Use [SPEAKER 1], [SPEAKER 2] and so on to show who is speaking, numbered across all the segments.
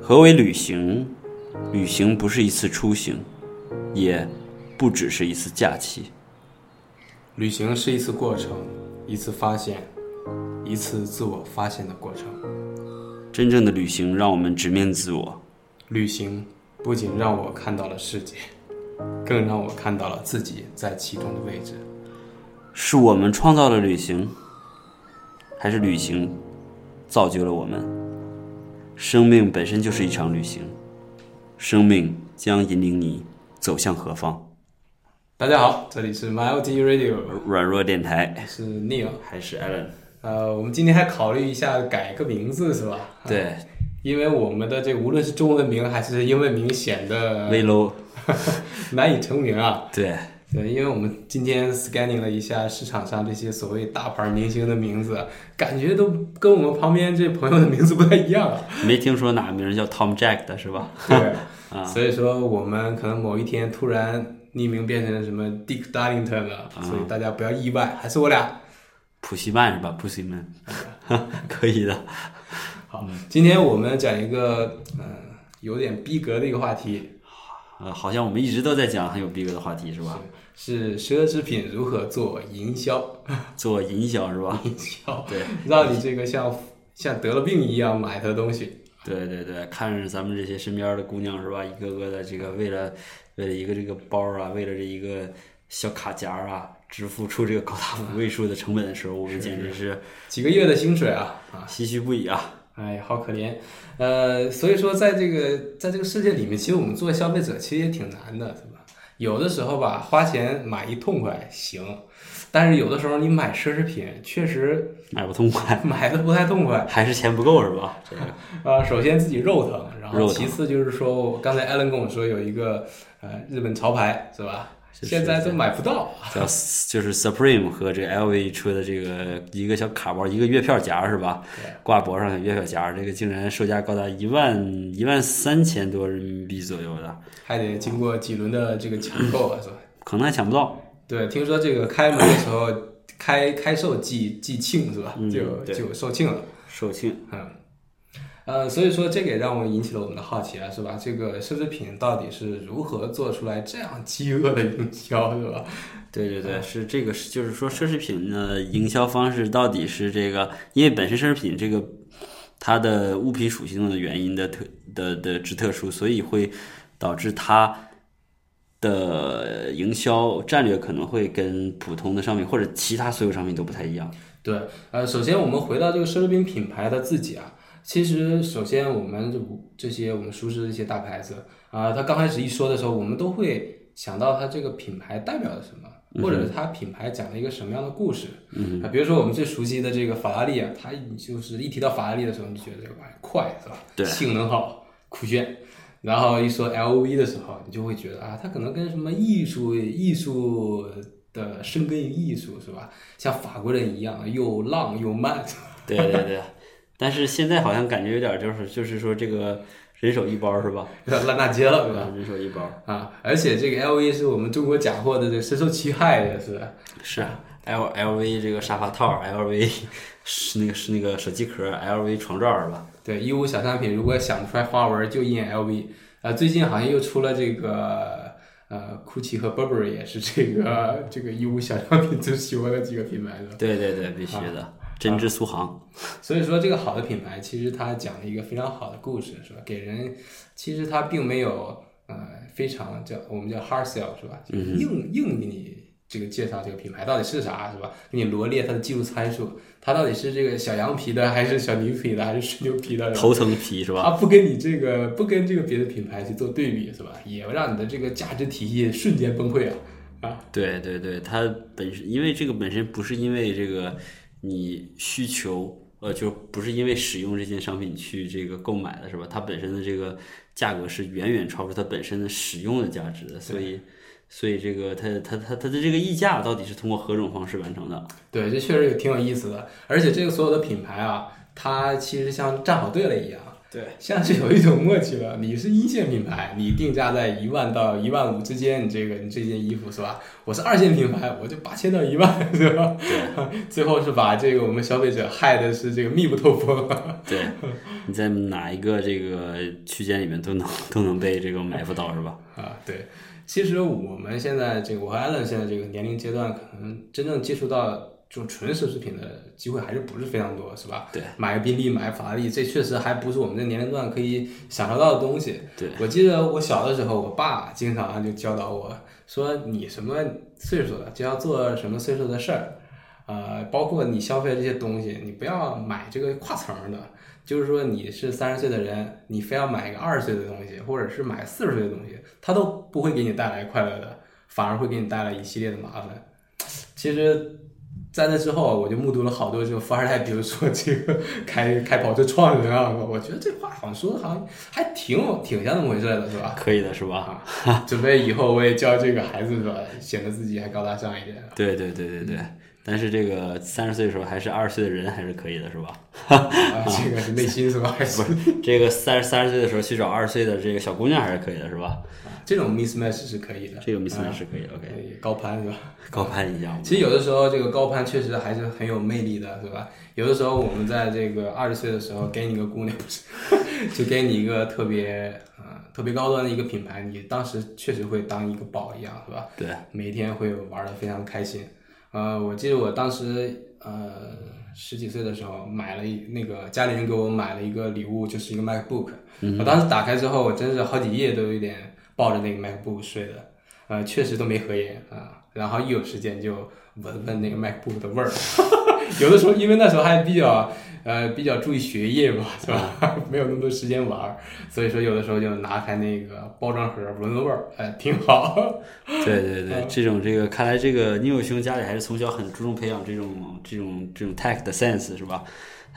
[SPEAKER 1] 何为旅行？旅行不是一次出行，也不只是一次假期。
[SPEAKER 2] 旅行是一次过程，一次发现，一次自我发现的过程。
[SPEAKER 1] 真正的旅行让我们直面自我。
[SPEAKER 2] 旅行不仅让我看到了世界，更让我看到了自己在其中的位置。
[SPEAKER 1] 是我们创造了旅行，还是旅行造就了我们？生命本身就是一场旅行，生命将引领你走向何方。
[SPEAKER 2] 大家好，这里是 My OT Radio，
[SPEAKER 1] 软弱电台
[SPEAKER 2] 我是 Neil。
[SPEAKER 1] 还是 Allen？
[SPEAKER 2] 呃，我们今天还考虑一下改个名字是吧？
[SPEAKER 1] 对，
[SPEAKER 2] 因为我们的这无论是中文名还是英文名显得
[SPEAKER 1] 危 low。
[SPEAKER 2] 难以成名啊。
[SPEAKER 1] 对，
[SPEAKER 2] 对，因为我们今天 scanning 了一下市场上这些所谓大牌明星的名字，感觉都跟我们旁边这朋友的名字不太一样 啊。
[SPEAKER 1] 没听说哪个名儿叫 Tom Jack 的是吧？
[SPEAKER 2] 对，
[SPEAKER 1] 啊
[SPEAKER 2] 所以说我们可能某一天突然匿名变成什么 Dick Darlington 了，
[SPEAKER 1] 啊
[SPEAKER 2] 所以大家不要意外，还是我俩。
[SPEAKER 1] 普希曼是吧？普希曼， 可以的。嗯
[SPEAKER 2] 好，今天我们讲一个嗯、呃有点逼格的一个话题，
[SPEAKER 1] 呃，好像我们一直都在讲很有逼格的话题是吧？
[SPEAKER 2] 是奢侈品如何做营销，
[SPEAKER 1] 做营销是吧？
[SPEAKER 2] 营销
[SPEAKER 1] 对
[SPEAKER 2] 让你这个像像得了病一样买的东西。
[SPEAKER 1] 对对对，看着咱们这些身边的姑娘是吧，一个个的这个为了为了一个这个包啊，为了这一个小卡夹啊，支付出这个高达五位数的成本的时候，我们简直是
[SPEAKER 2] 几个月的薪水啊啊！
[SPEAKER 1] 唏嘘不已啊！
[SPEAKER 2] 哎，好可怜。呃，所以说，在这个在这个世界里面，其实我们作为消费者，其实也挺难的，对吧？有的时候吧，花钱买一痛快行，但是有的时候你买奢侈品，确实
[SPEAKER 1] 买不痛快，
[SPEAKER 2] 买的不太痛快。
[SPEAKER 1] 还是钱不够是吧？这个
[SPEAKER 2] 呃，首先自己肉疼，然
[SPEAKER 1] 肉
[SPEAKER 2] 后
[SPEAKER 1] 疼
[SPEAKER 2] 其次就是说，我刚才艾伦跟我说有一个呃日本潮牌是吧？
[SPEAKER 1] 是
[SPEAKER 2] 现在都买不到，
[SPEAKER 1] 叫就是 Supreme 和这个 LV 出的这个一个小卡包，一个月票夹是吧？挂脖上的月票夹，这个竟然售价高达一万一万三千多人民币左右的，
[SPEAKER 2] 还得经过几轮的这个抢购啊，是吧？
[SPEAKER 1] 可能还抢不到。
[SPEAKER 2] 对，听说这个开门的时候开开售即即庆是吧
[SPEAKER 1] 嗯？
[SPEAKER 2] 就
[SPEAKER 1] 对
[SPEAKER 2] 就售罄了。
[SPEAKER 1] 售罄，
[SPEAKER 2] 嗯，呃，所以说这个也让我引起了我们的好奇啊，是吧？这个奢侈品到底是如何做出来这样饥饿的营销，是吧？
[SPEAKER 1] 对对对，是这个，是就是说奢侈品的营销方式到底是这个，因为本身奢侈品这个它的物品属性的原因的特的的之特殊，所以会导致它的营销战略可能会跟普通的商品或者其他所有商品都不太一样。
[SPEAKER 2] 对，呃，首先我们回到这个奢侈品品牌的自己啊，其实首先我们这这些我们熟知的这些大牌子啊、它刚开始一说的时候，我们都会想到它这个品牌代表了什么。或者是它品牌讲了一个什么样的故事？嗯嗯，啊，比如说我们最熟悉的这个法拉利啊，它就是一提到法拉利的时候，你就觉得这个玩意儿快是吧？
[SPEAKER 1] 对
[SPEAKER 2] 性能好，酷炫。然后一说 LV 的时候，你就会觉得啊，它可能跟什么艺术、艺术的深根于艺术是吧？像法国人一样又浪又慢。
[SPEAKER 1] 对对对，但是现在好像感觉有点就是就是说这个人手一包是吧？
[SPEAKER 2] 有点烂大街了，对吧？
[SPEAKER 1] 人手一包
[SPEAKER 2] 啊，而且这个 LV 是我们中国假货的这个深受其害的，是吧
[SPEAKER 1] 是啊 L L V 这个沙发套，L V 是那个是那个手机壳，L V 床罩是吧？
[SPEAKER 2] 对，义乌小商品如果想不出来花纹，就印 LV。啊，最近好像又出了这个呃，GUCCI 和 Burberry 也是这个这个义乌小商品最喜欢的几个品牌的。
[SPEAKER 1] 对对对，必须的，
[SPEAKER 2] 啊
[SPEAKER 1] 针织苏杭。
[SPEAKER 2] 所以说，这个好的品牌其实它讲了一个非常好的故事，是吧？给人其实它并没有呃非常叫我们叫 hard sell 是吧？
[SPEAKER 1] 嗯
[SPEAKER 2] 就是硬硬给你这个介绍这个品牌到底是啥是吧？给你罗列它的技术参数，它到底是这个小羊皮的还是小牛皮的还是水牛皮的？
[SPEAKER 1] 头层皮是吧？
[SPEAKER 2] 它不跟你这个不跟这个别的品牌去做对比是吧？也让你的这个价值体系瞬间崩溃啊！
[SPEAKER 1] 对对对，它本身因为这个本身不是因为这个你需求，呃，就不是因为使用这件商品去这个购买的是吧？它本身的这个价格是远远超出它本身的使用的价值的，所以所以这个它它它它的这个溢价到底是通过何种方式完成的？
[SPEAKER 2] 对，这确实也挺有意思的。而且这个所有的品牌啊，它其实像站好队了一样，对，现在是有一种默契了。你是一线品牌，你定价在一万到一万五之间，你这个你这件衣服是吧？我是二线品牌，我就八千到一万，是吧？对， 最后是把这个我们消费者害的是这个密不透风。
[SPEAKER 1] 对，你在哪一个这个区间里面都能都能被这个埋伏到是吧？
[SPEAKER 2] 啊，对。其实我们现在这个，我和 Allen 现在这个年龄阶段，可能真正接触到。就纯奢侈品的机会还是不是非常多，是吧？
[SPEAKER 1] 对，
[SPEAKER 2] 买个宾利，买个法拉利，这确实还不是我们这年龄段可以享受到的东西。
[SPEAKER 1] 对，
[SPEAKER 2] 我记得我小的时候，我爸经常就教导我说：“你什么岁数了，就要做什么岁数的事儿。”呃，包括你消费这些东西，你不要买这个跨层的，就是说你是三十岁的人，你非要买一个二十岁的东西，或者是买四十岁的东西，它都不会给你带来快乐的，反而会给你带来一系列的麻烦。其实。在那之后，我就目睹了好多这种富二代，比如说这个开开跑车创人啊，我觉得这话好像说的好像还挺有挺像那么回事的，是吧？
[SPEAKER 1] 可以的是吧？
[SPEAKER 2] 啊，准备以后我也教这个孩子是吧，显得自己还高大上一点。
[SPEAKER 1] 对对对对对，
[SPEAKER 2] 嗯
[SPEAKER 1] 但是这个三十岁的时候还是二十岁的人还是可以的是吧？
[SPEAKER 2] 啊， 这个是内心是吧？还是
[SPEAKER 1] 这个三三十岁的时候去找二十岁的这个小姑娘还是可以的是吧？
[SPEAKER 2] 这种 mismatch 是可以的，
[SPEAKER 1] 这个 mismatch 是可以的，OK，
[SPEAKER 2] 可以高攀是吧？
[SPEAKER 1] 高攀一下。
[SPEAKER 2] 其实有的时候这个高攀确实还是很有魅力的，是吧？有的时候我们在这个二十岁的时候给你一个姑娘，不是， 就给你一个特别啊、特别高端的一个品牌，你当时确实会当一个宝一样，是吧？
[SPEAKER 1] 对，
[SPEAKER 2] 每天会玩的非常开心。呃，我记得我当时呃十几岁的时候买了一那个家里人给我买了一个礼物，就是一个 MacBook。我当时打开之后，我真是好几夜都有点抱着那个 MacBook 睡的，呃，确实都没合眼啊、然后一有时间就闻闻那个 MacBook 的味儿， 有的时候因为那时候还比较呃比较注意学业嘛，是吧？ 没有那么多时间玩儿，所以说有的时候就拿开那个包装盒闻闻味儿，哎，挺好。
[SPEAKER 1] 对对对，这种这个看来这个宁友兄家里还是从小很注重培养这种这种这种 tech 的 sense 是吧？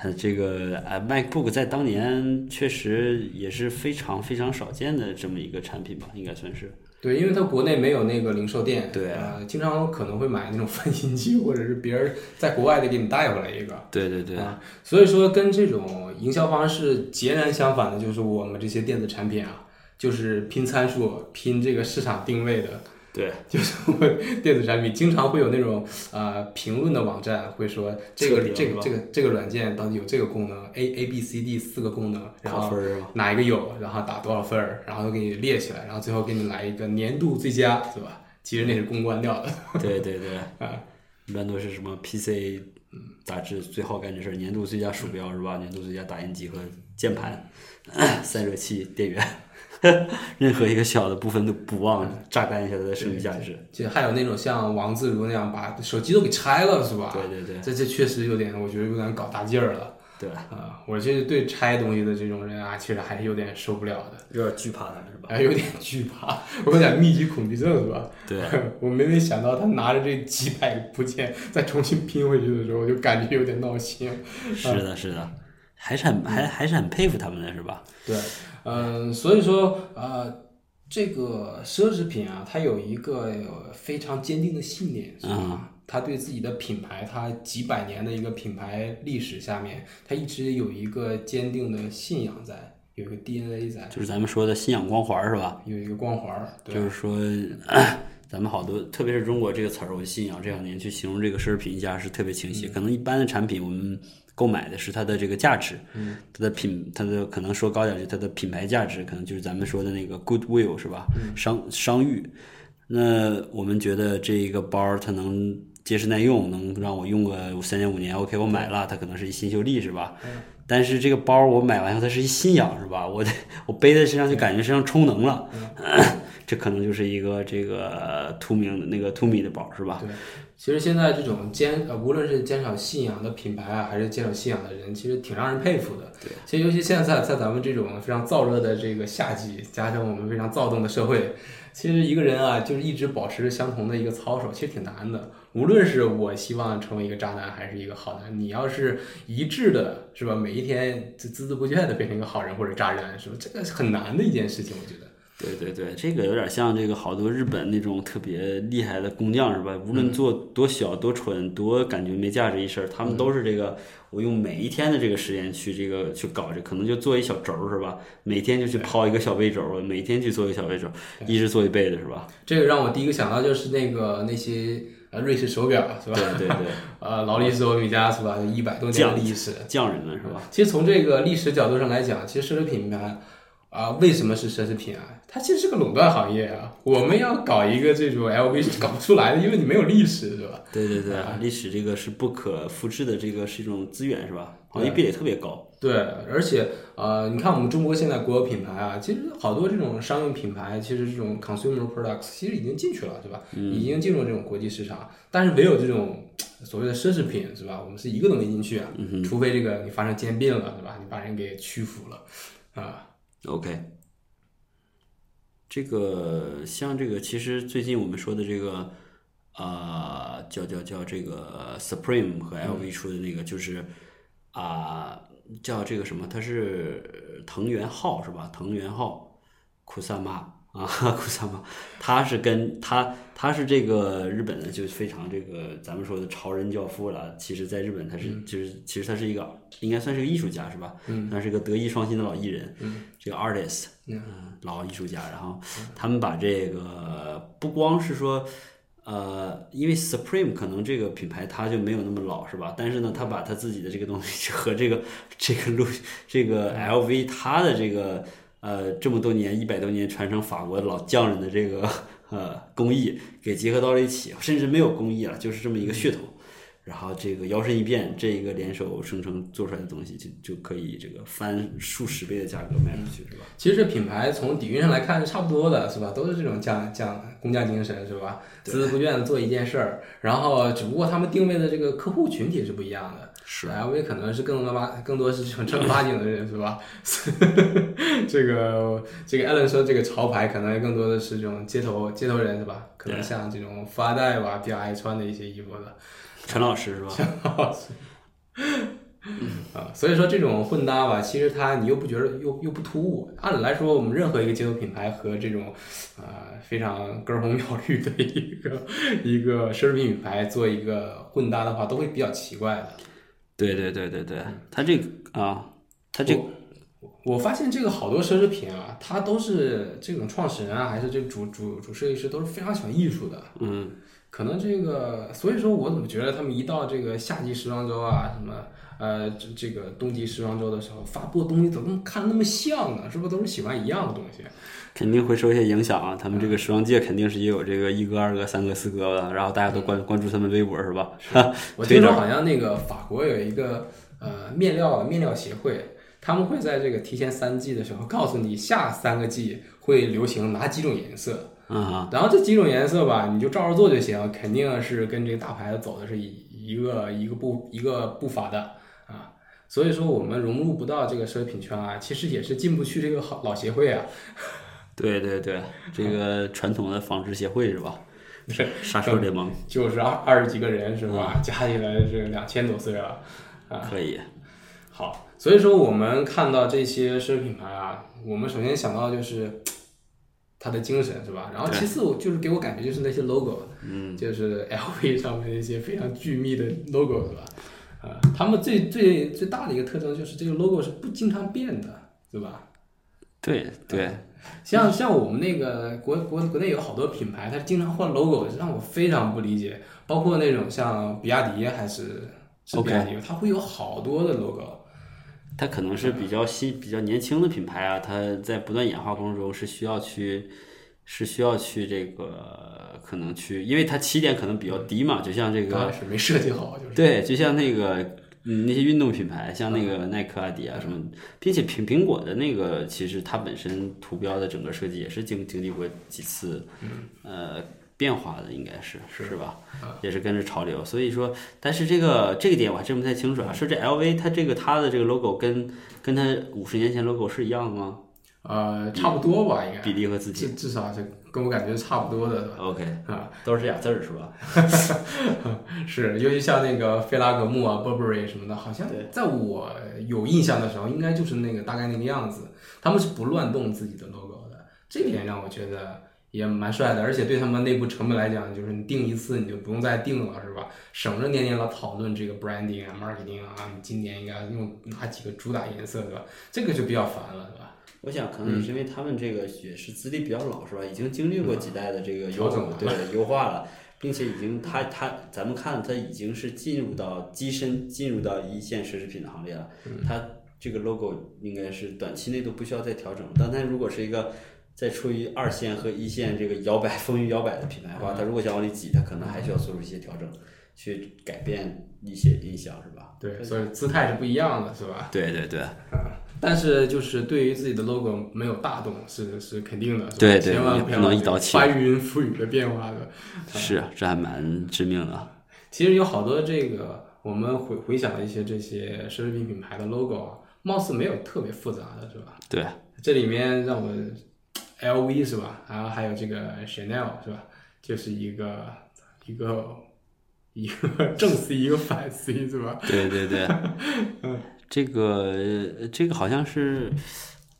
[SPEAKER 1] 呃，这个啊 MacBook 在当年确实也是非常非常少见的这么一个产品吧，应该算是。
[SPEAKER 2] 对，因为它国内没有那个零售店，
[SPEAKER 1] 对啊
[SPEAKER 2] 呃，经常可能会买那种 翻新机，或者是别人在国外的给你带回来一个。
[SPEAKER 1] 对对对，
[SPEAKER 2] 啊，所以说跟这种营销方式截然相反的，就是我们这些电子产品啊，就是拼参数、拼这个市场定位的。
[SPEAKER 1] 对，
[SPEAKER 2] 就是我们电子产品经常会有那种呃评论的网站会说这个
[SPEAKER 1] 测评
[SPEAKER 2] 这
[SPEAKER 1] 是
[SPEAKER 2] 个
[SPEAKER 1] 吧
[SPEAKER 2] 这个这个软件到底有这个功能 A A B C D 四个功能，然
[SPEAKER 1] 扣
[SPEAKER 2] 后
[SPEAKER 1] 分儿是 吧？
[SPEAKER 2] 哪一个有，然后打多少分儿，然后给你列起来，然后最后给你来一个年度最佳，是吧？其实那是公关掉的。
[SPEAKER 1] 对对对，一般都是什么 PC 杂志最好干这事儿，年度最佳鼠标是吧？年度最佳打印机和键盘、 散热器、电源， 任何一个小的部分都不忘榨干一下它的剩余价值。
[SPEAKER 2] 就还有那种像王自如那样把手机都给拆了，是吧？
[SPEAKER 1] 对对对
[SPEAKER 2] 这这确实有点，我觉得有点搞大劲儿了
[SPEAKER 1] 对，
[SPEAKER 2] 啊、我这对拆东西的这种人啊，其实还是有点受不了的，
[SPEAKER 1] 有点惧怕他们是吧？
[SPEAKER 2] 还有点惧怕，我有点密集恐惧症，是吧？
[SPEAKER 1] 对，
[SPEAKER 2] 我每每想到他拿着这几百个部件再重新拼回去的时候，我就感觉有点闹心。
[SPEAKER 1] 是的，是的，还是很还还是很佩服他们的是吧？
[SPEAKER 2] 对，嗯、所以说呃，这个奢侈品啊，它有一个呃非常坚定的信念，是吧？它对自己的品牌，它几百年的一个品牌历史下面，它一直有一个坚定的信仰在，有一个 DNA 在，
[SPEAKER 1] 就是咱们说的信仰光环是吧？
[SPEAKER 2] 有一个光环儿。对
[SPEAKER 1] 就是说， 咱们好多，特别是中国这个词儿，我信仰这两年去形容这个奢侈品一家是特别清晰。可能一般的产品，我们购买的是它的这个价值，它的品，它的可能说高点儿，就它的品牌价值，可能就是咱们说的那个 goodwill 是吧？商商誉。那我们觉得这一个包儿它能结实耐用，能让我用个三年五年，OK，我买了，它可能是一新秀丽是吧？但是这个包儿我买完以后，它是一新痒是吧？我得我背在身上就感觉身上充能了，这可能就是一个这个图名的那个 to me 的包是吧？
[SPEAKER 2] 对，其实现在这种坚呃，无论是坚守信仰的品牌啊，还是坚守信仰的人，其实挺让人佩服的。对，其实尤其现在在咱们这种非常燥热的这个夏季，加上我们非常躁动的社会，其实一个人啊，就是一直保持相同的一个操守，其实挺难的。无论是我希望成为一个渣男，还是一个好男，你要是一致的，是吧？每一天孜孜孜不倦的变成一个好人或者渣人，是吧？这个很难的一件事情，我觉得。
[SPEAKER 1] 对对对，这个有点像这个好多日本那种特别厉害的工匠是吧？无论做多小、多蠢、多感觉没价值一事儿，他们都是这个，我用每一天的这个时间去这个去搞这，可能就做一小轴儿是吧？每天就去抛一个小背轴儿，每天去做一个小背轴儿，一直做一辈子是吧？
[SPEAKER 2] 这个让我第一个想到就是那个那些呃瑞士手表是吧？
[SPEAKER 1] 对对 对，
[SPEAKER 2] 呃，劳力士、欧米茄是吧？一百多年的历史，
[SPEAKER 1] 匠人们是吧？
[SPEAKER 2] 其实从这个历史角度上来讲，其实奢侈品牌啊、为什么是奢侈品啊？它其实是个垄断行业啊。我们要搞一个这种 LV 是搞不出来的，因为你没有历史，是吧？
[SPEAKER 1] 对对对，历史这个是不可复制的，这个是一种资源是吧？行业壁垒特别高。
[SPEAKER 2] 对，而且呃，你看我们中国现在国有品牌啊，其实好多这种商用品牌，其实这种 consumer products 其实已经进去了，对吧？已经进入这种国际市场，但是唯有这种呃所谓的奢侈品，是吧？我们是一个都没进去啊，除非这个你发生兼并了，对吧？你把人给屈服了啊，
[SPEAKER 1] OK，这个像这个，其实最近我们说的这个，呃，叫叫叫这个 Supreme 和 LV 出的那个，就是啊、叫这个什么？它是藤原浩是吧？藤原浩，库萨妈啊， 库萨妈，他是跟他他是这个日本的，就是非常这个咱们说的潮人教父了。其实，在日本他是、就是其实他是一个应该算是个艺术家是吧？嗯，他是个德艺双馨的老艺人，嗯，这个 artist，嗯，老艺术家。然后他们把这个不光是说。呃，因为 Supreme 可能这个品牌它就没有那么老，是吧？但是呢，它把它自己的这个东西和这个 这个路这个 LV 它的这个呃这么多年一百多年传承法国老匠人的这个呃工艺给结合到了一起，甚至没有工艺了，就是这么一个噱头。然后这个摇身一变，这一个联手生成做出来的东西就就可以这个翻数十倍的价格卖出去，是吧？
[SPEAKER 2] 其实这品牌从底蕴上来看是差不多的，是吧？都是这种匠匠工匠精神，是吧？孜孜不倦地做一件事儿，然后只不过他们定位的这个客户群体是不一样的。
[SPEAKER 1] 是
[SPEAKER 2] LV 可能是更多八更多是这种正儿八经的人，是吧？ 这个这个 Allen 说这个潮牌可能更多的是这种街头街头人，是吧？可能像这种富二代吧，比较爱穿的一些衣服的。
[SPEAKER 1] 陈老师是吧？
[SPEAKER 2] 啊，所以说这种混搭吧，其实它你又不觉得又又不突兀。按理来说，我们任何一个街头品牌和这种呃非常根红苗绿的一个一个奢侈品品牌做一个混搭的话，都会比较奇怪的。
[SPEAKER 1] 对对对对对，他这个啊，他这个
[SPEAKER 2] 我发现这个好多奢侈品啊，它都是这种创始人啊，还是这个主主主设计师都是非常喜欢艺术的。
[SPEAKER 1] 嗯，
[SPEAKER 2] 可能这个，所以说我怎么觉得他们一到这个夏季时装周啊，什么呃这这个冬季时装周的时候，发布的东西怎么看那么像呢？是不是都是喜欢一样的东西？
[SPEAKER 1] 肯定会受一些影响啊。他们这个时装界肯定是也有这个一哥、二哥、三哥、四哥的，然后大家都关关注他们微博是吧？
[SPEAKER 2] 我听说好像那个法国有一个呃面料面料协会，他们会在这个提前三季的时候告诉你下三个季会流行哪几种颜色，
[SPEAKER 1] 啊，
[SPEAKER 2] 然后这几种颜色吧，你就照着做就行，肯定是跟这个大牌子走的是一一个一个步一个步伐的啊。所以说我们融入不到这个奢侈品圈啊，其实也是进不去这个好老协会啊。
[SPEAKER 1] 对对对，这个传统的纺织协会是吧？沙丘联盟
[SPEAKER 2] 就是二二十几个人是吧？加起来是两千多岁啊了。
[SPEAKER 1] 可以，
[SPEAKER 2] 好，所以说我们看到这些奢侈品牌啊，我们首先想到的就是嘖它的精神是吧？然后其次我就是给我感觉就是那些 logo，嗯，就是 LV 上面那些非常巨密的 logo 是吧？啊、他们最最最大的一个特征就是这个 logo 是不经常变的，对吧？
[SPEAKER 1] 对对，
[SPEAKER 2] 像
[SPEAKER 1] 嗯
[SPEAKER 2] 像我们那个国国国内有好多品牌，它经常换 logo，让我非常不理解。包括那种像比亚迪还是是比亚迪它会有好多的 logo。
[SPEAKER 1] 它可能是比较新、比较年轻的品牌啊，它在不断演化过程中是需要去，是需要去这个可能去，因为它起点可能比较低嘛，就像这个
[SPEAKER 2] 刚开始没设计好，哦就是
[SPEAKER 1] 对，就像那个嗯那些运动品牌，像那
[SPEAKER 2] 嗯
[SPEAKER 1] 个耐克、阿迪啊什么，并且苹苹果的那个，其实它本身图标的整个设计也是经经历过几次
[SPEAKER 2] 嗯
[SPEAKER 1] 呃变化的，应该是是吧？
[SPEAKER 2] 啊
[SPEAKER 1] 也是跟着潮流，所以说，但是这个这个点我还真不太清楚啊。说这 LV 它这个它的这个 logo 跟跟它五十年前 logo 是一样的吗？
[SPEAKER 2] 呃差不多吧，应该
[SPEAKER 1] 比例和字体
[SPEAKER 2] 至至少是跟我感觉差不多的
[SPEAKER 1] ？OK，
[SPEAKER 2] 啊，
[SPEAKER 1] 都是俩字儿是吧？
[SPEAKER 2] 是，尤其像那个菲拉格慕啊、Burberry 什么的，好像在我有印象的时候，应该就是那个大概那个样子。他们是不乱动自己的 logo 的，这点让我觉得也蛮帅的，而且对他们内部成本来讲，就是你定一次你就不用再定了，是吧？省着年年老讨论这个 branding 啊、marketing 啊，你今年应该用哪几个主打颜色，对吧？这个就比较烦了，对吧？
[SPEAKER 1] 我想可能也是因
[SPEAKER 2] 嗯
[SPEAKER 1] 为他们这个也是资历比较老，是吧？已经经历过几代的这个优
[SPEAKER 2] 调整了
[SPEAKER 1] 对优化了，并且已经他他咱们看他已经是进入到跻身进入到一线奢侈品的行列了。
[SPEAKER 2] 嗯
[SPEAKER 1] 他这个 logo 应该是短期内都不需要再调整，但他如果是一个在处于二线和一线这个摇摆风云摇摆的品牌
[SPEAKER 2] 嗯
[SPEAKER 1] 化，他如果想往里挤，他可能还需要做出一些调整，去改变一些印象，是吧？
[SPEAKER 2] 对，所以姿态是不一样的，是吧？
[SPEAKER 1] 啊对对对，
[SPEAKER 2] 但是就是对于自己的 logo 没有大动是是肯定的，是吧
[SPEAKER 1] 对对
[SPEAKER 2] 千万
[SPEAKER 1] 也
[SPEAKER 2] 不
[SPEAKER 1] 不
[SPEAKER 2] 要
[SPEAKER 1] 能一刀切
[SPEAKER 2] 翻云覆雨的变化的。
[SPEAKER 1] 是这还蛮致命的。
[SPEAKER 2] 其实有好多这个，我们回回想了一些这些奢侈品品牌的 logo 啊，貌似没有特别复杂的，是吧？
[SPEAKER 1] 对，
[SPEAKER 2] 这里面让我 LV 是吧？然后还有这个 Chanel 是吧？就是一个一个一个正 C 一个反 C 是吧？
[SPEAKER 1] 对对对，这个呃这个好像是，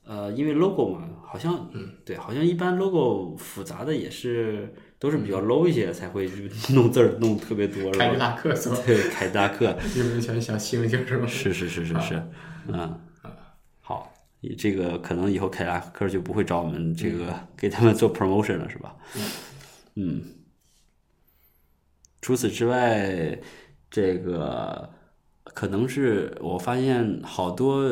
[SPEAKER 1] 呃，因为 logo 嘛，好像，对，好像一般 logo 复杂的也是都是比较 low 一些的才会去弄字儿弄特别多，是
[SPEAKER 2] 凯
[SPEAKER 1] 吧？
[SPEAKER 2] 迪拉克是吧？
[SPEAKER 1] 对，凯迪拉克，
[SPEAKER 2] 有没有想小星星是吧？
[SPEAKER 1] 是是是是是，嗯，好，这个可能以后凯迪拉克就不会找我们这个给他们做 promotion 了，是吧？嗯，除此之外，这个可能是我发现好多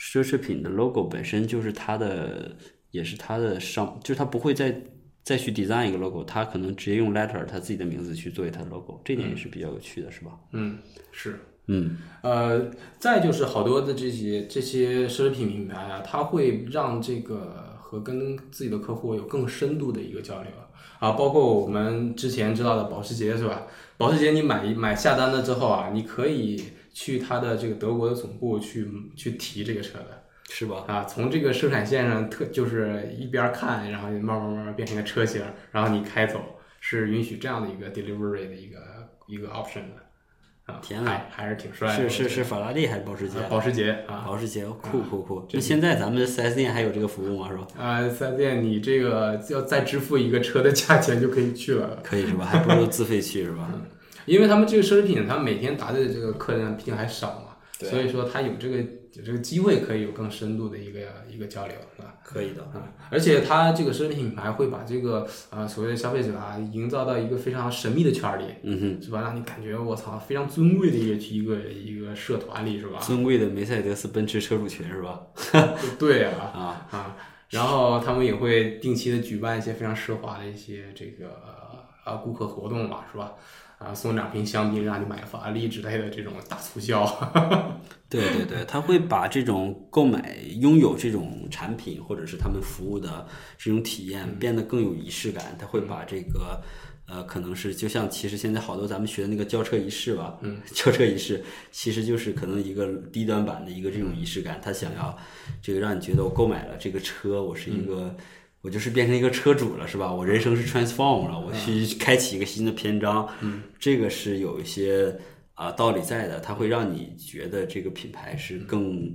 [SPEAKER 1] 奢侈品的 logo 本身就是它的，也是它的商，就是它不会再再去 design 一个 logo，它可能直接用 letter 它自己的名字去作为它的 logo，这点也是比较有趣的，是吧？
[SPEAKER 2] 嗯，是。
[SPEAKER 1] 嗯，
[SPEAKER 2] 呃，再就是好多的这些这些奢侈品品牌啊，它会让这个和跟自己的客户有更深度的一个交流啊，包括我们之前知道的保时捷是吧？保时捷你买一买下单了之后啊，你可以去它的这个德国的总部去去提这个车的。
[SPEAKER 1] 是吧？
[SPEAKER 2] 啊，从这个生产线上特就是一边看，然后慢慢慢慢变成一个车型，然后你开走，是允许这样的一个 delivery 的一个一个 option 的啊，
[SPEAKER 1] 天
[SPEAKER 2] 还还是挺帅的，
[SPEAKER 1] 是
[SPEAKER 2] 我觉
[SPEAKER 1] 是
[SPEAKER 2] 得
[SPEAKER 1] 是法拉利还是保时捷
[SPEAKER 2] 啊？保时捷啊。
[SPEAKER 1] 保时捷，酷酷酷！那现在咱们四 S 店还有这个服务吗？是吧？
[SPEAKER 2] 啊，四 S 店，你这个要再支付一个车的价钱就可以去了，
[SPEAKER 1] 可以是吧？还不如自费去是吧？
[SPEAKER 2] 嗯因为他们这个奢侈品，他们每天答对的这个客人毕竟还少嘛，
[SPEAKER 1] 对
[SPEAKER 2] 所以说他有这个有这个机会可以有更深度的一个一个交流，是吧？
[SPEAKER 1] 可以的。
[SPEAKER 2] 啊，而且它这个奢侈品品牌会把这个呃所谓的消费者啊，营造到一个非常神秘的圈儿里，
[SPEAKER 1] 嗯
[SPEAKER 2] 是吧？让你感觉我操非常尊贵的一个一个一个社团里，是吧嗯
[SPEAKER 1] 哼，？尊贵的梅赛德斯奔驰车主群是吧？
[SPEAKER 2] 对啊
[SPEAKER 1] 啊，
[SPEAKER 2] 啊，然后他们也会定期的举办一些非常奢华的一些这个呃顾客活动吧，是吧？啊，送两瓶香槟让你买个法拉利之类的这种大促销，
[SPEAKER 1] 对对对，他会把这种购买、拥有这种产品或者是他们服务的这种体
[SPEAKER 2] 嗯
[SPEAKER 1] 验变得更有仪式感。他会把这个，呃，可能是就像其实现在好多咱们学的那个交车仪式吧，嗯，交车仪式其实就是可能一个低端版的一个这种仪式感。他想要这个让你觉得我购买了这个车，我是一个。我就是变成一个车主了，是吧？我人生是 transform 了，我去开启一个新的篇章。嗯，这个是有一些啊道理在的，它会让你觉得这个品牌是更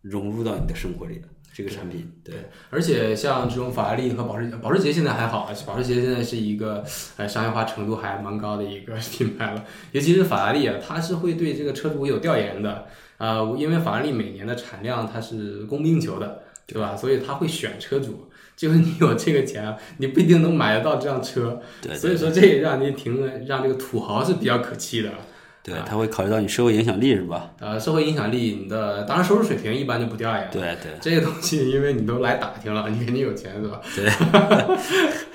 [SPEAKER 1] 融入到你的生活里的这个产品。对，
[SPEAKER 2] 而且像这种法拉利和保时捷，保时捷现在还好，啊，保时捷现在是一个呃商业化程度还蛮高的一个 品牌了。尤其是法拉利啊，它是会对这个车主有调研的啊、呃因为法拉利每年的产量它是供不应求的，对吧？所以它会选车主，就是你有这个钱啊，你不一定能买得到这辆车，
[SPEAKER 1] 对
[SPEAKER 2] 所以说这也让你挺让这个土豪是比较可气的。
[SPEAKER 1] 对，它会考虑到你社会影响力，是吧？
[SPEAKER 2] 呃，社会影响力，你的当然收入水平一般就不掉呀。
[SPEAKER 1] 对对。
[SPEAKER 2] 这个东西，因为你都来打听了，你肯定有钱，对吧？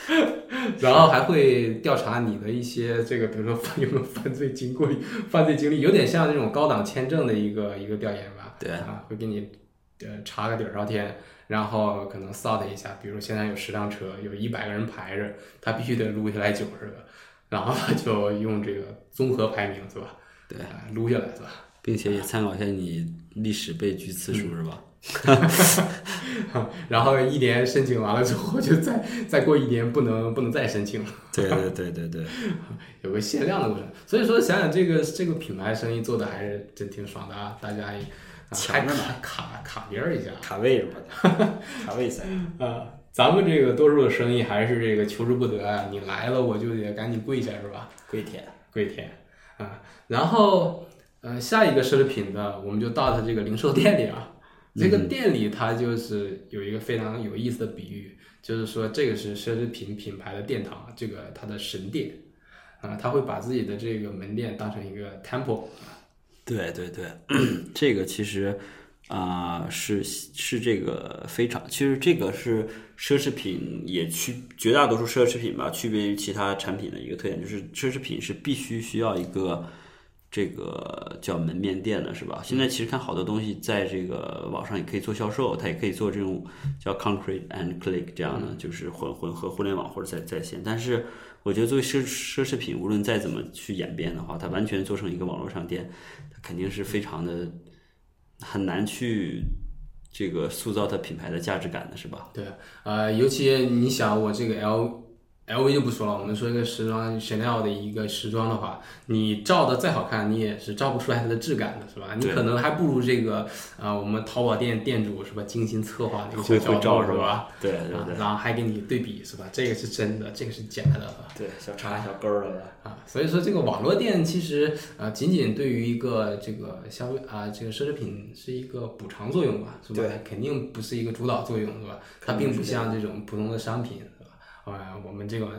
[SPEAKER 2] 对。然后还会调查你的一些这个，比如说犯有没有犯罪经过、 犯罪经历，有点像那种高档签证的一个一个调研吧。
[SPEAKER 1] 对
[SPEAKER 2] 啊，会给你呃查个底儿朝天，然后可能 sort 一下，比如现在有十辆车，有一百个人排着，他必须得撸下来九十个，然后他就用这个综合排名是吧？
[SPEAKER 1] 对
[SPEAKER 2] 啊，撸下来是吧？
[SPEAKER 1] 并且也参考一下你历史被拒次数，是吧？
[SPEAKER 2] 然后一年申请完了之后，就再再过一年不能不能再申请了，
[SPEAKER 1] 对对对对对，
[SPEAKER 2] 有个限量的过程。所以说想想这个这个品牌生意做的还是真挺爽的啊！大家啊
[SPEAKER 1] 强
[SPEAKER 2] 还
[SPEAKER 1] 着呢
[SPEAKER 2] 卡卡卡别人一下
[SPEAKER 1] 卡位嘛， 卡位赛。
[SPEAKER 2] 啊。咱们这个多数的生意还是这个求之不得啊，你来了我就得赶紧跪下是吧？
[SPEAKER 1] 跪舔，
[SPEAKER 2] 跪舔啊。然后呃，下一个奢侈品的，我们就到它这个零售店里啊。这个店里它就是有一个非常有意思的比喻，就是说这个是奢侈品品牌的殿堂，这个它的神殿啊，它会把自己的这个门店当成一个 temple
[SPEAKER 1] 对对对，这个其实啊、是是这个非常，其实这个是奢侈品也区绝大多数奢侈品吧，区别于其他产品的一个特点，就是奢侈品是必须需要一个这个叫门面店的，是吧？现在其实看好多东西在这个网上也可以做销售，它也可以做这种叫 concrete and click 这样的，就是混混合互联网或者在在线，但是。我觉得作为奢奢侈品，无论再怎么去演变的话，它完全做成一个网络商店，它肯定是非常的很难去这个塑造它品牌的价值感的，是吧？
[SPEAKER 2] 对，呃，尤其你想我这个 L L V 就不说了，我们说一个时装 Chanel 的一个时装的话，你照的再好看，你也是照不出来它的质感的，是吧？你
[SPEAKER 1] 对
[SPEAKER 2] 可能还不如这个呃，我们淘宝店店主是吧，精心策划的一个
[SPEAKER 1] 会
[SPEAKER 2] 小
[SPEAKER 1] 会
[SPEAKER 2] 角
[SPEAKER 1] 照
[SPEAKER 2] 落
[SPEAKER 1] 是
[SPEAKER 2] 是吧？
[SPEAKER 1] 吧？对对
[SPEAKER 2] 啊
[SPEAKER 1] 对
[SPEAKER 2] 然后还给你对比是吧？这个是真的，这个是假的
[SPEAKER 1] 对，小叉小勾儿了。
[SPEAKER 2] 啊。所以说这个网络店其实呃，仅仅对于一个这个消费啊、这个奢侈品是一个补偿作用吧，是吧？
[SPEAKER 1] 对，
[SPEAKER 2] 肯定不是一个主导作用是吧？它
[SPEAKER 1] 肯定
[SPEAKER 2] 并不
[SPEAKER 1] 是
[SPEAKER 2] 像这种普通的商品是吧？啊、我们这个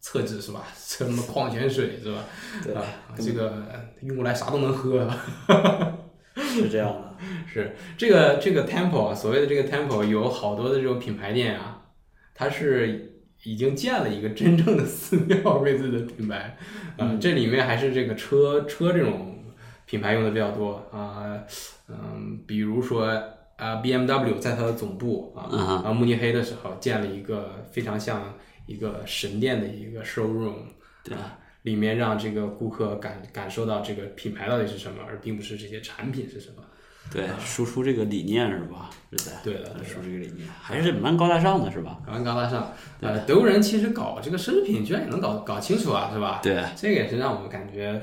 [SPEAKER 2] 厕纸是吧？ 什么矿泉水是吧？
[SPEAKER 1] 对
[SPEAKER 2] 啊，这个用过来啥都能喝。
[SPEAKER 1] 是这样的。
[SPEAKER 2] 是这个这个 temple 啊，所谓的这个 temple 有好多的这种品牌店啊，它是已经建了一个真正的寺庙 为自己的品牌，呃，这里面还是这个车车这种品牌用的比较多啊，嗯、比如说啊 BMW 在它的总部啊
[SPEAKER 1] 嗯哼
[SPEAKER 2] 啊慕尼黑的时候建了一个非常像一个神殿的一个 showroom，
[SPEAKER 1] 对
[SPEAKER 2] 啊。里面让这个顾客感感受到这个品牌到底是什么，而并不是这些产品是什么。
[SPEAKER 1] 对，输出这个理念是吧？是在
[SPEAKER 2] 对的对的
[SPEAKER 1] 输出这个理念还是蛮高大上的，是吧？
[SPEAKER 2] 搞完高大上，呃，德国人其实搞这个奢侈品居然也能搞搞清楚啊，是吧？
[SPEAKER 1] 对，
[SPEAKER 2] 这个也是让我们感觉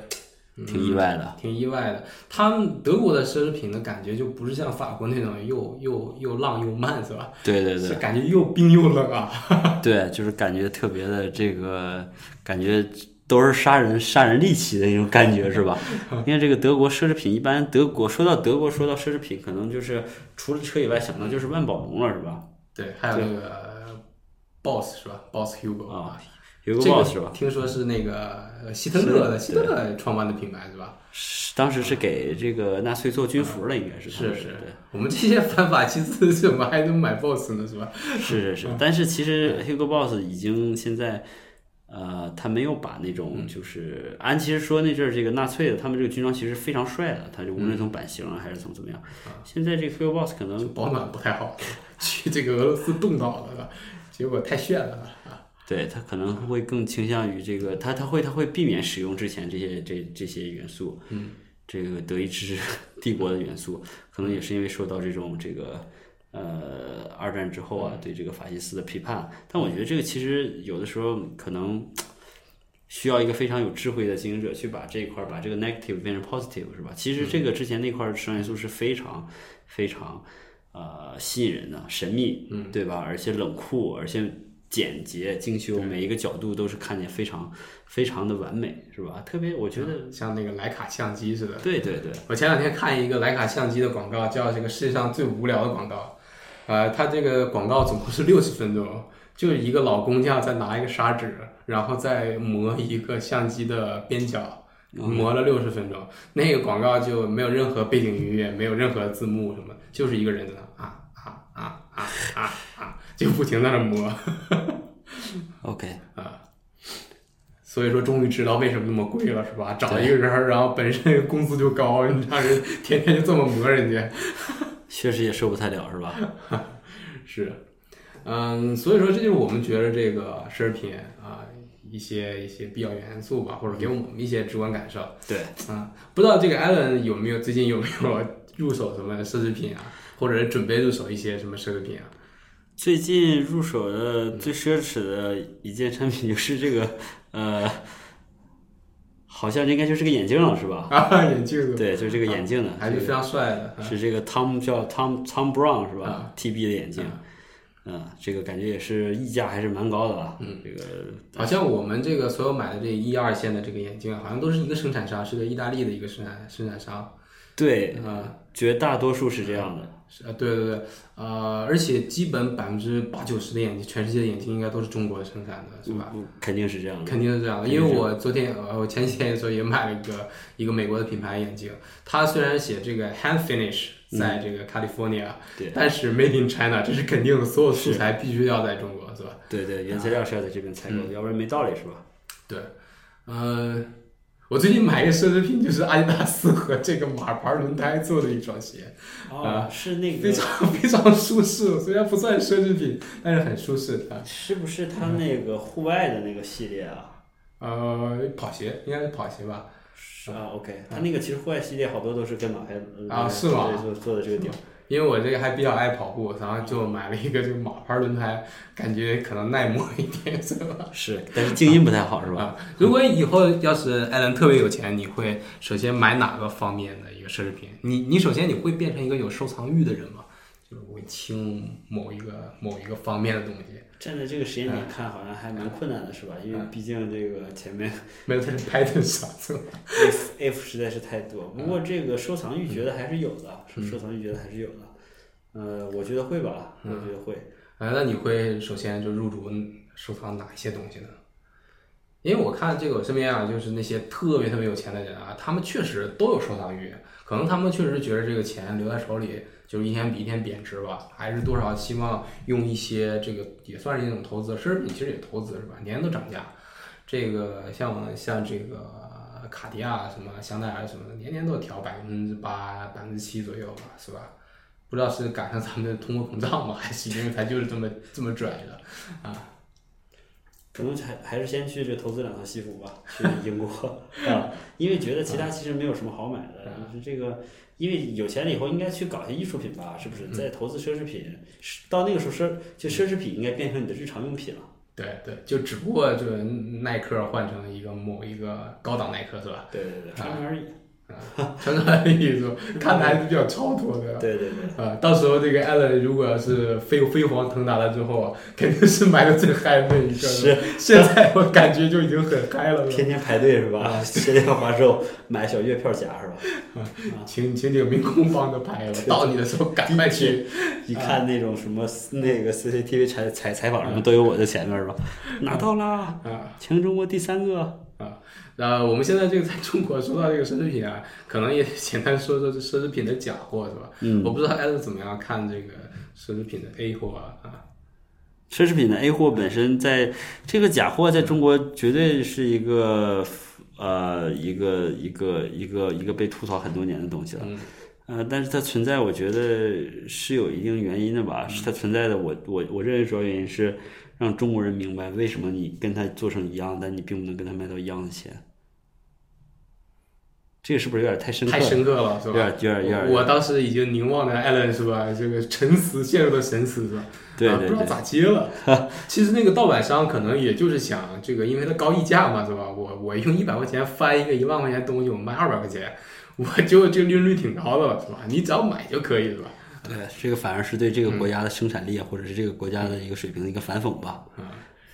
[SPEAKER 2] 嗯
[SPEAKER 1] 挺意外的。
[SPEAKER 2] 挺意外的。他们德国的奢侈品的感觉就不是像法国那种又又又浪又慢，是吧？
[SPEAKER 1] 对对对
[SPEAKER 2] 是。感觉又冰又冷啊。
[SPEAKER 1] 对，就是感觉特别的这个，感觉都是杀人杀人利器的那种感觉，是吧？因为这个德国奢侈品，一般德国说到德国，说到奢侈品，可能就是除了车以外，想到就是万宝龙了，是吧？
[SPEAKER 2] 对，还有那个呃 Boss 是吧？Boss Hugo
[SPEAKER 1] 啊，
[SPEAKER 2] 这
[SPEAKER 1] 有个 boss 是吧？
[SPEAKER 2] 听说是那个呃希特勒的
[SPEAKER 1] 是
[SPEAKER 2] 希特勒创办的品牌是吧？
[SPEAKER 1] 是当时是给这个纳粹做军服了，应该是
[SPEAKER 2] 是
[SPEAKER 1] 是
[SPEAKER 2] 是，我们这些反法西斯怎么还能买 Boss 呢？是吧？
[SPEAKER 1] 是是是。但是其实 Hugo Boss 已经现在。呃，他没有把那种就是按其实说那阵儿这个纳粹的他们这个军装其实非常帅的，他就无论从版型啊还是从怎么样，现在这个 Hugo Boss 可能
[SPEAKER 2] 就保暖不太好，去这个俄罗斯冻到了，是吧结果太炫了啊！
[SPEAKER 1] 对他可能会更倾向于这个，他他会他会避免使用之前这些这这些元素，嗯，这个德意志 帝国的元素，可能也是因为受到这种这个呃二战之后啊对这个法西斯的批判，但我觉得这个其实有的时候可能需要一个非常有智慧的经营者去把这一块儿把这个 negative 变成 positive 是吧？其实这个之前那块儿生元素是非常非常呃吸引人的、神秘，嗯，对吧？而且冷酷，而且简洁精修，每一个角度都是看见非常非常的完美，是吧？特别我觉得，
[SPEAKER 2] 像那个徕卡相机似的。
[SPEAKER 1] 对对对，
[SPEAKER 2] 我前两天看一个徕卡相机的广告，叫这个世界上最无聊的广告。呃，它这个广告总共是六十分钟，就是一个老工匠在拿一个砂纸，然后再磨一个相机的边角，磨了六十分钟。那个广告就没有任何背景音乐，没有任何字幕什么，就是一个人在那啊啊啊啊啊啊，就不停在那磨。
[SPEAKER 1] OK，
[SPEAKER 2] 所以说，终于知道为什么那么贵了，是吧？找一个人儿，然后本身工资就高，你让人天天就这么磨人家，
[SPEAKER 1] 确实也受不太了，是吧？
[SPEAKER 2] 是，嗯，所以说这就是我们觉得这个奢侈品啊、一些一些必要元素吧，或者给我们一些直观感受。
[SPEAKER 1] 对，
[SPEAKER 2] 啊，不知道这个 Allen 有没有最近有没有入手什么奢侈品啊，或者是准备入手一些什么奢侈品啊？
[SPEAKER 1] 最近入手 的最奢侈的一件产品就是这个呃好像这应该就是个眼镜了，是吧？
[SPEAKER 2] 啊， 眼镜
[SPEAKER 1] 对，就是这个眼镜的，
[SPEAKER 2] 啊还是非常帅的。啊
[SPEAKER 1] 是这个 Tom 叫 Tom Tom Brown 是吧、
[SPEAKER 2] 啊
[SPEAKER 1] t b 的眼镜，嗯，这个感觉也是溢价还是蛮高的了。嗯，这个
[SPEAKER 2] 好像我们这个所有买的这一二线的这个眼镜，好像都是一个生产商，是个意大利的一个生产生产商。
[SPEAKER 1] 对，
[SPEAKER 2] 啊、
[SPEAKER 1] 绝大多数是这样的。
[SPEAKER 2] 是啊，对对对，呃，而且基本百分之八九十的眼镜，全世界的眼镜应该都是中国生产的，是吧？
[SPEAKER 1] 嗯？肯定是这样的。
[SPEAKER 2] 肯定是这样的，因为我昨天呃，我前几天的时候也买了一个一个美国的品牌眼镜，它虽然写这个 hand finish 在这个 California，、
[SPEAKER 1] 嗯对
[SPEAKER 2] 但是 made in China，这是肯定的，所有素材必须要在中国，是吧？
[SPEAKER 1] 对对，原材料是要在这边采购
[SPEAKER 2] 嗯
[SPEAKER 1] 的，要不然没道理是吧？
[SPEAKER 2] 对，呃，我最近买一个奢侈品，就是阿迪达斯和这个马牌轮胎做的一双鞋，
[SPEAKER 1] 哦，是那
[SPEAKER 2] 啊非
[SPEAKER 1] 个，
[SPEAKER 2] 常非常舒适，虽然不算奢侈品，但是很舒适啊。
[SPEAKER 1] 是不是他那个户外的那个系列啊？
[SPEAKER 2] 呃，跑鞋应该是跑鞋吧？
[SPEAKER 1] 是啊，OK，他那个其实户外系列好多都是跟马牌呃
[SPEAKER 2] 嗯啊是吗
[SPEAKER 1] 对做做的这个点，
[SPEAKER 2] 因为我这个还比较爱跑步，然后就买了一个这个马牌轮胎，感觉可能耐磨一点，是吧？
[SPEAKER 1] 是，但是静音不太好是吧？
[SPEAKER 2] 啊，如果以后要是艾伦特别有钱，你会首先买哪个方面的一个奢侈品？你你首先你会变成一个有收藏欲的人吗？就是我会倾某一个某一个方面的东西，
[SPEAKER 1] 站在这个时间
[SPEAKER 2] 嗯
[SPEAKER 1] 点看，好像还蛮困难的是吧？因为毕竟这个前 面
[SPEAKER 2] 没有它是拍的啥，是吧？
[SPEAKER 1] if if 实在是太多，不
[SPEAKER 2] 嗯
[SPEAKER 1] 过这个收藏欲觉得还是有的，收收藏欲觉得还是有的。呃，我觉得会吧，
[SPEAKER 2] 嗯
[SPEAKER 1] 我觉得会。
[SPEAKER 2] 啊，那你会首先就入主收藏哪一些东西呢？因为我看这个我身边啊，就是那些特别特别有钱的人啊，他们确实都有收藏欲，可能他们确实觉得这个钱留在手里就是一天比一天贬值吧，还是多少希望用一些这个也算是一种投资，奢侈品其实也投资是吧？年年都涨价，这个像像这个卡地亚啊什么香奈儿什么的，年年都调百分之八、百分之七左右吧，是吧？不知道是赶上咱们的通货膨胀吗？还是因为它就是这么这么拽的？
[SPEAKER 1] 可能还还是先去这投资两套西服吧， 去英国啊， 因为觉得其他其实没有什么好买的，就是这个，因为有钱了以后应该去搞一些艺术品吧，是不是？再投资奢侈品，是到那个时候奢就奢侈品应该变成你的日常用品了。
[SPEAKER 2] 对对，就只不过就是耐克换成一个某一个高档耐克是吧？
[SPEAKER 1] 对对对，穿穿而已。
[SPEAKER 2] 穿出来的意思看的还是比较超脱的。
[SPEAKER 1] 对对对。
[SPEAKER 2] 啊，到时候这个艾伦如果要是飞飞黄腾达了之后，啊肯定是买的最嗨的那一个。
[SPEAKER 1] 是，
[SPEAKER 2] 现在我感觉就已经很嗨 了。
[SPEAKER 1] 天天排队是吧？天天花售买小月票夹是吧？
[SPEAKER 2] 请请这个民工帮着拍了，到你的时候赶快去。
[SPEAKER 1] 一看那种什么那个 CCTV 采采采访什么都有我在前面是吧？拿到啦！
[SPEAKER 2] 啊，
[SPEAKER 1] 全中国第三个，
[SPEAKER 2] 那我们现在这个在中国说到这个奢侈品啊，可能也简单说说这奢侈品的假货是吧？
[SPEAKER 1] 嗯，
[SPEAKER 2] 我不知道艾伦怎么样看这个奢侈品的 A 货啊
[SPEAKER 1] 嗯
[SPEAKER 2] 啊，
[SPEAKER 1] 奢侈品的 A 货本身在这个假货在中国绝对是一个呃一个一个一个一个被吐槽很多年的东西了。
[SPEAKER 2] 嗯
[SPEAKER 1] 呃，但是它存在，我觉得是有一定原因的吧。是它存在的我，我我认为主要原因是让中国人明白为什么你跟他做成一样，但你并不能跟他卖到一样的钱。这个是不是有点太深刻
[SPEAKER 2] 太
[SPEAKER 1] 了？
[SPEAKER 2] 深刻了是
[SPEAKER 1] 有
[SPEAKER 2] 吧？
[SPEAKER 1] 点有点有点。
[SPEAKER 2] 我我当时已经凝望着艾伦是吧？这个沉思，陷入了沉思是吧？
[SPEAKER 1] 对
[SPEAKER 2] 啊
[SPEAKER 1] 对
[SPEAKER 2] 不知道咋接了。 其实那个盗版商可能也就是想这个，因为它高溢价嘛是吧？我我用一百块钱翻一个一万块钱的东西，我卖二百块钱，我就这个利润率挺高的了是吧？你只要买就可以是吧？
[SPEAKER 1] 对，这个反而是对这个
[SPEAKER 2] 嗯
[SPEAKER 1] 国家的生产力啊，或者是这个国家的一个水平的一个反讽吧。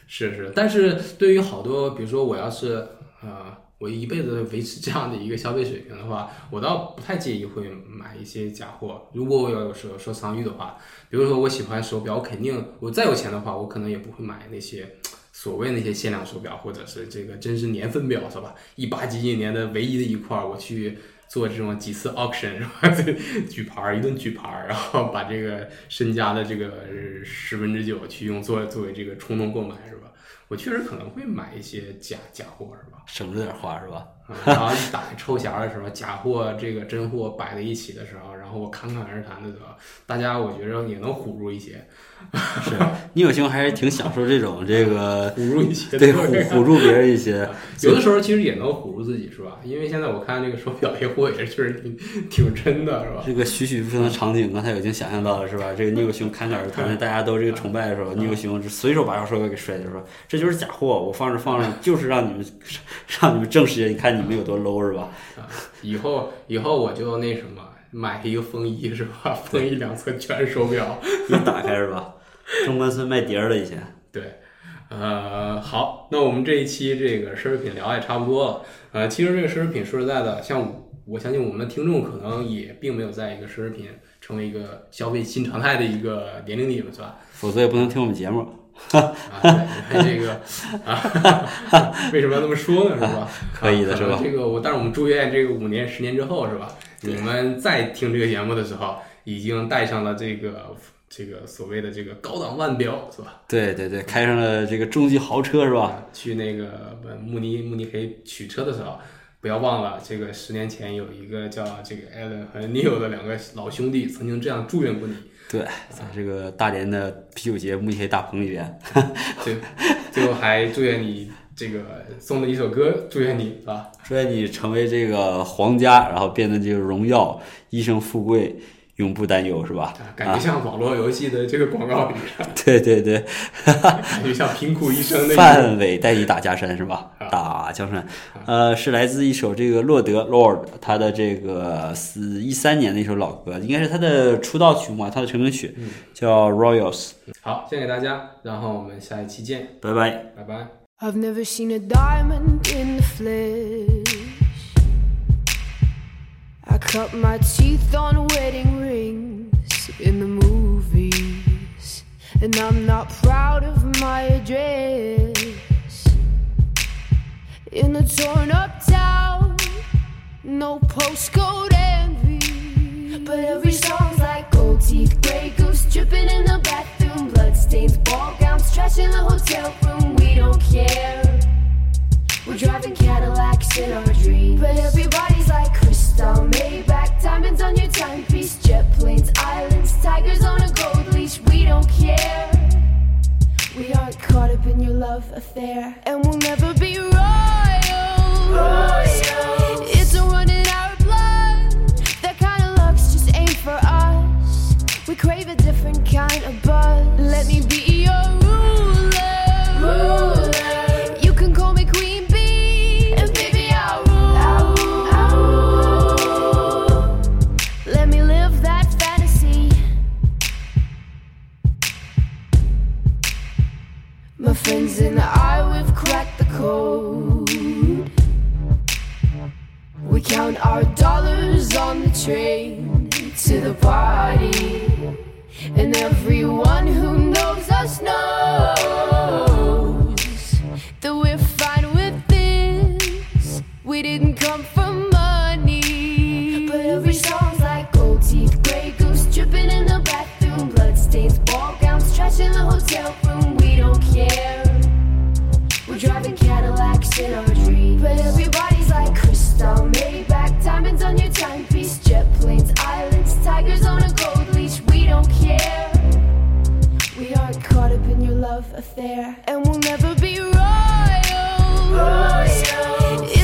[SPEAKER 2] 是是，但是对于好多，比如说我要是呃，我一辈子维持这样的一个消费水平的话，我倒不太介意会买一些假货。如果我要有收收藏欲的话，比如说我喜欢手表，我肯定我再有钱的话，我可能也不会买那些。所谓那些限量手表，或者是这个真是年份表是吧？一八几几年的唯一的一块儿，我去做这种几次 auction 是吧？ 举牌儿一顿举牌儿，然后把这个身家的这个呃十分之九去用作作为这个冲动购买是吧？我确实可能会买一些假假货是吧？
[SPEAKER 1] 省着点花是吧？
[SPEAKER 2] 啊然后一打开抽匣的时候，假货这个真货摆在一起的时候，然后我侃侃而谈的时候，大家我觉着也能唬住一些，
[SPEAKER 1] 是你有情还是挺享受这种这 个，
[SPEAKER 2] 唬住一些
[SPEAKER 1] 对唬唬住别人一些。
[SPEAKER 2] 有的时候其实也能唬住自己，是吧？因为现在我看这个手表也货也是确实挺挺真的，是吧？
[SPEAKER 1] 这个栩栩如生的场景，刚才已经想象到了，是吧？这个尼克兄侃侃而谈，大家都这个崇拜的时候，尼克兄就随手 把手表给摔掉，说这就是假货，我放着放着就是让你们让你们证实一下，你看看你们有多 low 是吧？
[SPEAKER 2] 啊，以后以后我就那什么，买一个风衣是吧？风衣两侧全是手表。
[SPEAKER 1] 一打开是吧？中关村卖碟儿的以前，
[SPEAKER 2] 对，呃，好，那我们这一期这个奢侈品聊也差不多了。呃，其实这个奢侈品说实在的，像我我相信我们听众可能也并没有在一个奢侈品成为一个消费新常态的一个年龄里面，是吧？
[SPEAKER 1] 否则也不能听我们节目。
[SPEAKER 2] 啊，对这个啊， 为什么要这么说呢？是吧？
[SPEAKER 1] 可以的
[SPEAKER 2] 啊
[SPEAKER 1] 是吧
[SPEAKER 2] 这个我，但是我们祝愿这个五年、十年之后，是吧？你们再听这个节目的时候，已经带上了这个这个所谓的这个高档腕表，是吧？
[SPEAKER 1] 对对对，开上了这个中级豪车是吧？
[SPEAKER 2] 啊，去那个呃慕尼慕尼黑取车的时候，不要忘了，这个十年前有一个叫这个 Alan 和 Neil 的两个老兄弟，曾经这样祝愿过你。
[SPEAKER 1] 对，在这个大连的啤酒节慕尼黑大棚里边，
[SPEAKER 2] 最最后还祝愿你这个送了一首歌，祝愿你是吧？
[SPEAKER 1] 祝愿你成为这个皇家，然后变得这个荣耀，一生富贵，永不担忧是吧？
[SPEAKER 2] 啊，感觉像网络游戏的这个广告语，
[SPEAKER 1] 对对对，
[SPEAKER 2] 感觉像贫苦一生的 一
[SPEAKER 1] 范伟带你打江山是吧
[SPEAKER 2] 啊？
[SPEAKER 1] 打江山，呃，是来自一首这个洛德 Lord 他的这个四一三年的一首老歌，应该是他的出道曲目啊，他的成名曲
[SPEAKER 2] 嗯
[SPEAKER 1] 叫 Royals。
[SPEAKER 2] 好，献给大家，然后我们下一期见，
[SPEAKER 1] 拜拜。
[SPEAKER 2] 拜拜。
[SPEAKER 3] I've never seen a diamond in the flesh. I cut my teeth on wedding rings in the movies, and I'm not proud of my address. In a torn up town, no postcode envy.
[SPEAKER 4] But every song's like gold teeth, gray goose dripping in the bathroom, bloodstains, ball gowns, trash in the hotel room. We don't care. We're driving Cadillacs in our dreams. But everybody's like crystal, Maybach, diamonds on your timepiece, jet planes, islands, tigers on a gold leash. We don't care. We aren't caught up in your love affair.
[SPEAKER 3] and we'll never be royals.
[SPEAKER 4] Royals.
[SPEAKER 3] It's a run in our blood. That kind of luck's just ain't for us. We crave a different kind of buzz. Let me be your ruler.
[SPEAKER 4] Ruler.
[SPEAKER 3] You can call me Queen Bee.
[SPEAKER 4] And baby, I'll rule, I'll rule.
[SPEAKER 3] Let me live that fantasy. My friends and I, we've cracked the code. We count our dollars on the train to the party. And everyone who knows us knows that we're fine with this. We didn't come for money.
[SPEAKER 4] But every song's like gold teeth, gray goose dripping in the bathroom, bloodstains, ball gowns, trash in the hotel room. We don't care. We're driving Cadillacs in our dreams. But everybody's like crystal, Maybach, diamonds on your timepiece, jet planes, islands, tigers on a gold leash. We don't care. We aren't caught up in your love affair.
[SPEAKER 3] and we'll never be royals.
[SPEAKER 4] Royals. Oh.
[SPEAKER 3] Oh, Oh,